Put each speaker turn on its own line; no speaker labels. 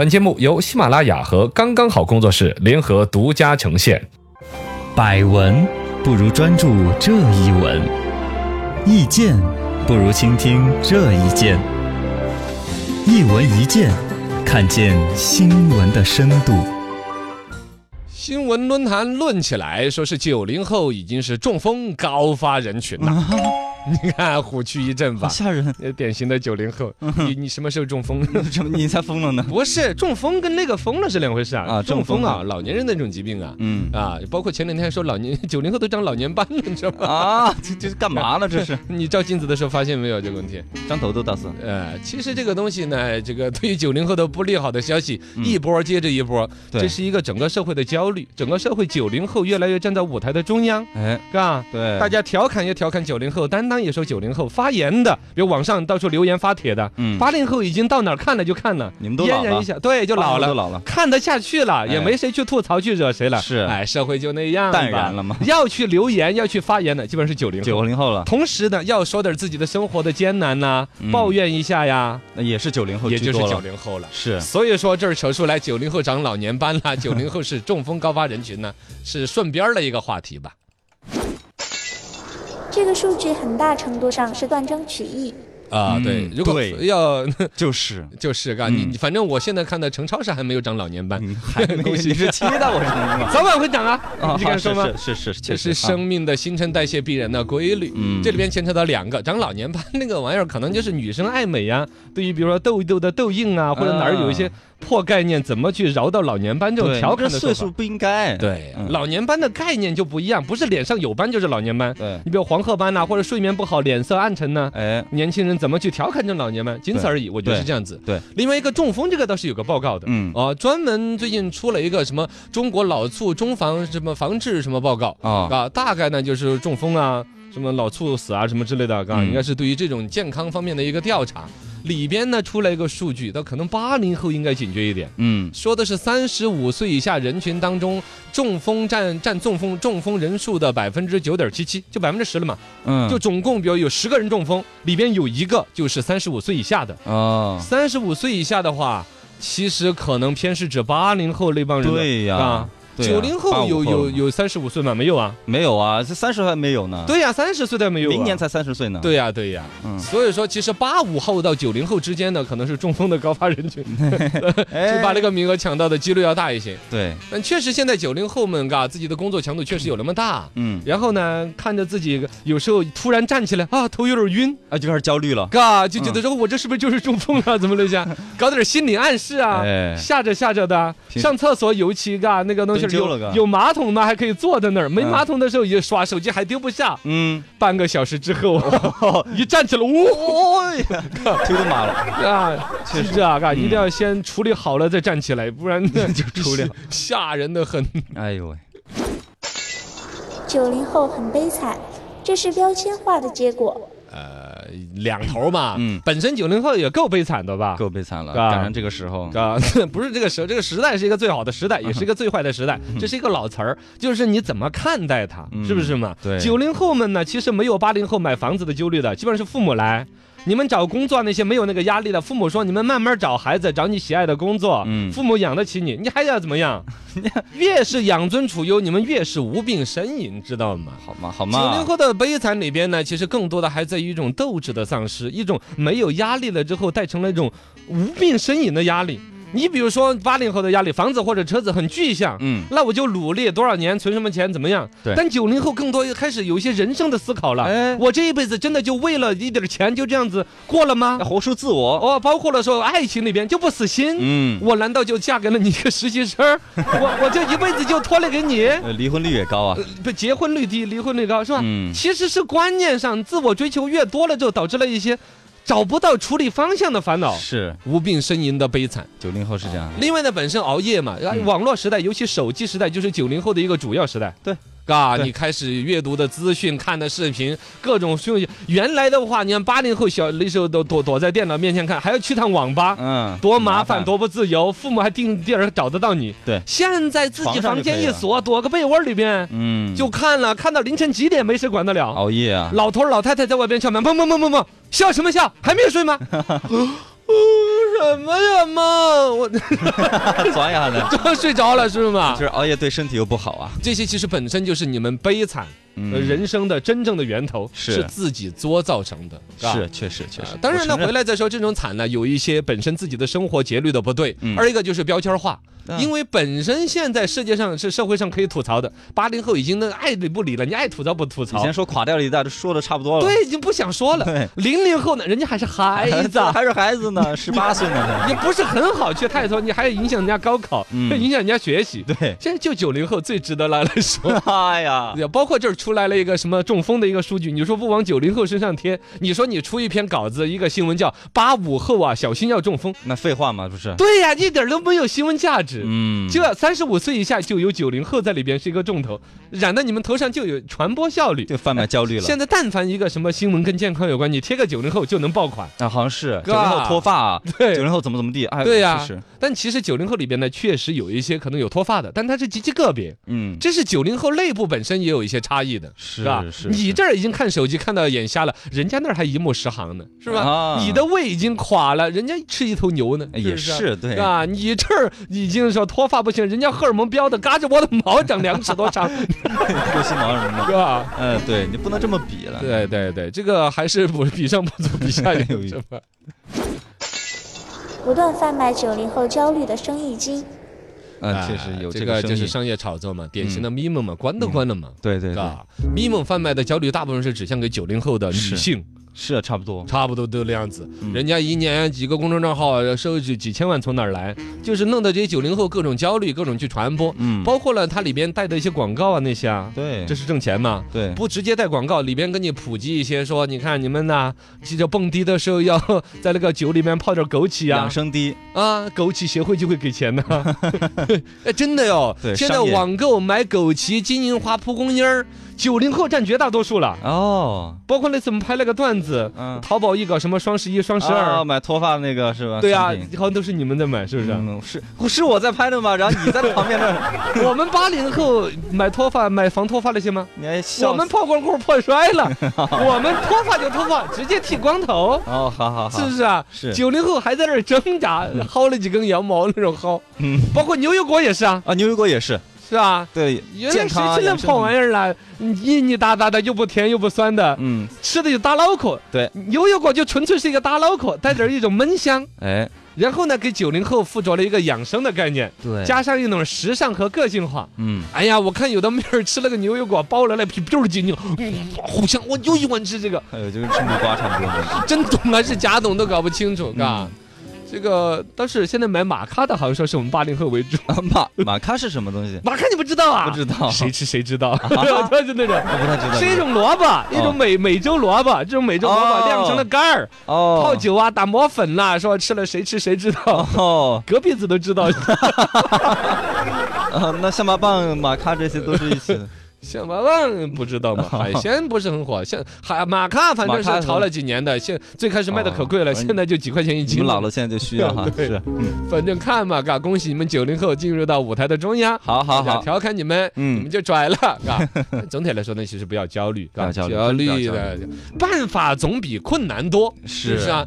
本节目由喜马拉雅和刚刚好工作室联合独家呈现。
百闻不如专注这一闻，意见不如倾听这一见。一闻一见，看见新闻的深度。
新闻论坛论起来，说是九零后已经是中风高发人群了。
啊，
你看虎躯一震
好
吧，
吓人！
呃典型的九零 后。你你什么时候中风？
怎么你才疯 了呢？
不是中风跟那个疯了是两回事啊。
啊中
中
风
风啊，老年人那种疾病啊。
嗯
啊，包括前两天还说老年九零后都长老年斑了，你知道吗？
啊，这这是干嘛呢？这是
你照镜子的时候发现没有这个问题？
长痘痘倒是。
呃，其实这个东西呢，这个对于九零后的不利好的消息
嗯
一波接着一波，
对
这是一个整个社会的焦虑，整个社会九零后越来越站在舞台的中央，
哎，
嘎。
对，
大家调侃也调侃九零后，担当也说九零后，发言的，比如网上到处留言发帖的，
嗯，
八零后已经到哪儿看了就看了，
你们都老
嫣然
了
一，笑，对，就老
八零
了，
都老了，
看得下去了，也
哎
没谁去吐槽去惹谁了，
是
哎，社会就那样，
淡然。了吗？
要去留言，要去发言的，基本上是九零后
九。零后了，
同时呢，要说点自己的生活的艰难呐、
嗯
抱怨一下呀，
那也是九零后
也
居
就是
多
九
了，
零后了。
是
所以说这儿扯出来九零后长老年斑啦， 九零后是中风高发人群呢，是顺边儿的一个话题吧。
这个数据很大程度上是断章取义。
啊，
嗯
对，如果
对
要
就是，
就是嘎，
嗯
你你反正我现在看的陈超是还没有长老年斑，
嗯，还没有，
恭喜
你是期待我成功吗？
早晚会长啊，
啊
你敢说吗？
是是是，确
这
实
是
啊
生命的新陈代谢必然的规律。
嗯
这里边牵扯到两个长老年斑那个玩意儿，可能就是女生爱美呀、对于比如说痘痘的痘印啊，或者哪儿有一些破概念，怎么去饶到老年斑这种
对
调
你这
侃的
岁
说法
数不应该。
对，
嗯
老年斑的概念就不一样，不是脸上有斑就是老年斑。
对，
你比如黄褐斑呐、或者睡眠不好、脸色暗沉呐、
哎，
年轻人怎么去调侃这老年斑？仅此
对
而已，我觉得
对
是这样子。
对，
另外一个中风这个倒是有个报告的。
嗯
啊，专门最近出了一个什么中国老促中防什么防治什么报告，
啊，
啊，大概呢就是中风啊、什么老猝死啊、什么之类的，啊，
嗯
应该是对于这种健康方面的一个调查。里边呢出来一个数据，它可能八零后应该警觉一点，
嗯，
说的是三十五岁以下人群当中中风占占中风中风人数的百分之九点七七，就百分之十了嘛。
嗯，
就总共比如有十个人中风，里边有一个就是三十五岁以下的。
啊，
三十五岁以下的话，其实可能偏是指八零后那帮人的。
对呀
啊，
对呀
九零后有
85
有
了
有三十五岁吗？没有啊。
没有啊？这三十还没有呢，，
对呀、三十岁的没有、啊。
明年才三十岁呢。，
对呀、对呀、
嗯
所以说其实八五后到九零后之间呢，可能是中风的高发人群，
哎
是把那个名额抢到的几率要大一些。
对，
但确实现在九零后们嘎自己的工作强度确实有那么大。
嗯，
然后呢，看着自己有时候突然站起来啊，头有点晕，
啊，就开始焦虑了。
嘎，就
嗯
觉得说我哦这是不是就是中风啊了？怎么了一 下？搞点心理暗示啊
哎，
吓着吓着的。
平时
上厕所尤其嘎那个东西
蹲
有
丢了嘎
有马桶吗？还可以坐在那儿，没
嗯
马桶的时候也耍手机还丢不下。
嗯，
半个小时之 后，一站起来，呜
哦呀，腿都麻了。
啊，
确
是
实
这样嘎，一定要先处理好了再站起来，不然 就
处理好，
吓人的很。
哎呦喂，
九零后很悲惨，这是标签化的结果。
呃，两头嘛，
嗯
本身九零后也够悲惨的吧？
够悲惨了，
啊
赶上这个时候。
啊， 不是这个时，这个时代是一个最好的时代，也是一个最坏的时代。这是一个老词儿，就是你怎么看待它，
嗯
是不是嘛？
对
九零后们呢，其实没有八零后买房子的忧虑的，基本上是父母来。你们找工作那些没有那个压力的，父母说你们慢慢找孩子，找你喜爱的工作，
嗯
父母养得起你，你还要怎么 样？越是养尊处优，你们越是无病呻吟，知道吗？
好嘛，好
九
嘛
零，后的悲惨里边呢，其实更多的还在于一种斗志的丧失，一种没有压力了之后带成了一种无病呻吟的压力。你比如说八零后的压力，房子或者车子很具象。
嗯，
那我就努力多少年存什么钱怎么样？
对
但九零后更多开始有一些人生的思考了。
哎
我这一辈子真的就为了一点钱就这样子过了吗
要？活出自我。
哦，包括了说爱情里边就不死心。
嗯，
我难道就嫁给了你一个实习生儿？我我这一辈子就拖累给你？
呃离婚率也高啊。
不，结婚率低，离婚率高，是吧？
嗯
其实是观念上自我追求越多了之后，导致了一些找不到处理方向的烦恼。
是，
无病呻吟的悲惨。
九零后是这样。
另外呢，本身熬夜嘛，啊
嗯
网络时代，尤其手机时代，就是九零后的一个主要时代。
对。
嘎，
对
你开始阅读的资讯、看的视频，各种讯息。原来的话，你看八零后小那时候都躲躲在电脑面前看，还要去趟网吧，
嗯，
多麻烦，多不自由，父母还定地儿找得到你。
对
现在自己
床上
房
就可以
间一
了
锁，躲个被窝里边
嗯，
就看了，看到凌晨几点，没谁管得了。
熬 夜啊。
老头儿老太太在外边敲门，砰砰砰砰砰，笑什么笑？还没有睡吗？呃哦什么呀妈，我
咋样呢？
睡着了是吗
就？是熬夜对身体又不好啊。
这些其实本身就是你们悲惨、呃
嗯，
人生的真正的源头，
是
自己作造成的，吧
是确实确实
啊。当然呢，
我承认
回来再说这种惨呢，有一些本身自己的生活节律的不对，
嗯
二一个就是标签化。
啊
因为本身现在世界上是社会上可以吐槽的，八零后已经那爱理不理了，你爱吐槽不吐
以
槽
前，说垮掉了一代，都说的差不多了。
对，已经不想说了
对。
零零后呢，人家 还是孩
孩
子
子，，啊还是孩子 呢，十八岁呢。
也不是很好去探索，你还要影响人家高考，
嗯
还影响人家学习。
对，
现在就九零后最值得拿来 说，
哎呀，
也包括这儿出来了一个什么中风的一个数据，你说不往九零后身上贴，你说你出一篇稿子，一个新闻叫“八五后啊，小心要中风
那废话嘛，不是”，？
对呀、一点都没有新闻价值。
嗯，
这三十五岁以下就有九零后在里边是一个重头，染到你们头上就有传播效率。
就贩卖焦虑了。
现在但凡一个什么新闻跟健康有关，你贴个九零后就能爆款。
啊，好像是
哥
九零后脱发啊，
对
九零后怎么怎么地，哎，
对呀
确实
但其实九零后里边呢，确实有一些可能有脱发的，但它是极其个别。
嗯，
这是九零后内部本身也有一些差异的，
是
吧？
是
你
是
这儿已经看手机看到眼瞎了，人家那儿还一目十行呢，是吧？
啊
你的胃已经垮了，人家吃一头牛呢，
哎也
不
是对，
啊，你这儿已经说脱发不行，人家荷尔蒙飙的，嘎着我的毛长两尺多长， 是
多心毛什么的，
吧？
嗯，对你不能这么比了。
对对对，这个还是不比上不足，比下
哎
有余。
不断贩卖九零后焦虑的生意经。
嗯，确实有
啊哎这
个
个
声
就是
音。嗯
商业炒作嘛，典型的咪蒙嘛，关都关了嘛。
对对
是
对，
吧？咪蒙贩卖的焦虑大部分是指向给九零后的女
是
性，
是啊差不多。
差不多都那样子。
嗯
人家一年几个公众账号收取几千万，从哪儿来？就是弄得这些九零后各种焦虑，各种去传播，
嗯，
包括了它里边带的一些广告啊那些啊，
对，
这是挣钱嘛？
对，
不直接带广告，里边给你普及一些说，你看你们呐，记着蹦迪的时候要 在那个酒里面泡点枸杞啊
养，生低，
啊，枸杞协会就会给钱 的，哎，真的哟。
对
现在
商业
网购买枸杞、金银花、蒲公英儿，九零后占绝大多数了。
哦，
包括那次我们拍了个段子，
嗯，
淘宝一搞什么双十一、双十
啊
二，
买脱发那个是吧？
对啊
产，品
好像都是你们在买，是不是？
嗯是是我在拍的吗？然后你在旁边 那，
我们八零后买脱发、买防脱发那些吗？
你还笑
我们破罐破破摔 了，我们脱发就脱发，直接剃光头，
哦，好好好，
是不是啊？
是
九零后还在那儿挣扎，薅了几根羊毛那种薅，
嗯
包括牛油果也是啊，
啊，牛油果也是，
是吧？
对，
原来
健
谁
康啊
吃那
养生
破玩意儿啦？腻腻哒哒的，又不甜又不酸的，
嗯，
吃的就大脑壳。
对，
牛油果就纯粹是一个大脑壳，带点儿一种闷香。
哎，
然后呢，给九零后附着了一个养生的概念，
对
加上一种时尚和个性化。
嗯，
哎呀，我看有的妹儿吃了个牛油果，包了那皮就是筋筋，嗯，好香！我又一碗吃这个，
还有就是吃木瓜差不多，
真懂啊还是假懂都搞不清楚，嘎。这个倒是现在买玛咖的，好像说是我们八零后为主。
啊马马咖是什么东西？
玛咖你不知道啊？
不知道
谁吃谁知道。 对，啊就那种。
我不太知道。
是一种萝卜，一种美美洲萝卜，这种美洲萝卜
哦
晾成了干儿，
哦，
泡酒啊，打磨粉啦，说吃了谁吃谁知道，
哦，
隔壁子都知道。
啊那象拔蚌、马咖这些都是一 起的。
象拔蚌不知道 吗？海鲜不是很火，像海马嗯咖反正
马
是
咖
炒了几年的，现最开始卖的可贵了，
哦
现在就几块钱一
你
斤。
们老了，现在就需要哈，
对
是，嗯，
反正看嘛，嘎，恭喜你们九零后进入到舞台的中央。
好好
大家
好，
调侃你们，
嗯
你们就拽了， 嘎。总体来说呢，其实不要焦虑，
不要焦虑
焦虑
不要
的办法总比困难多，
是
不是啊？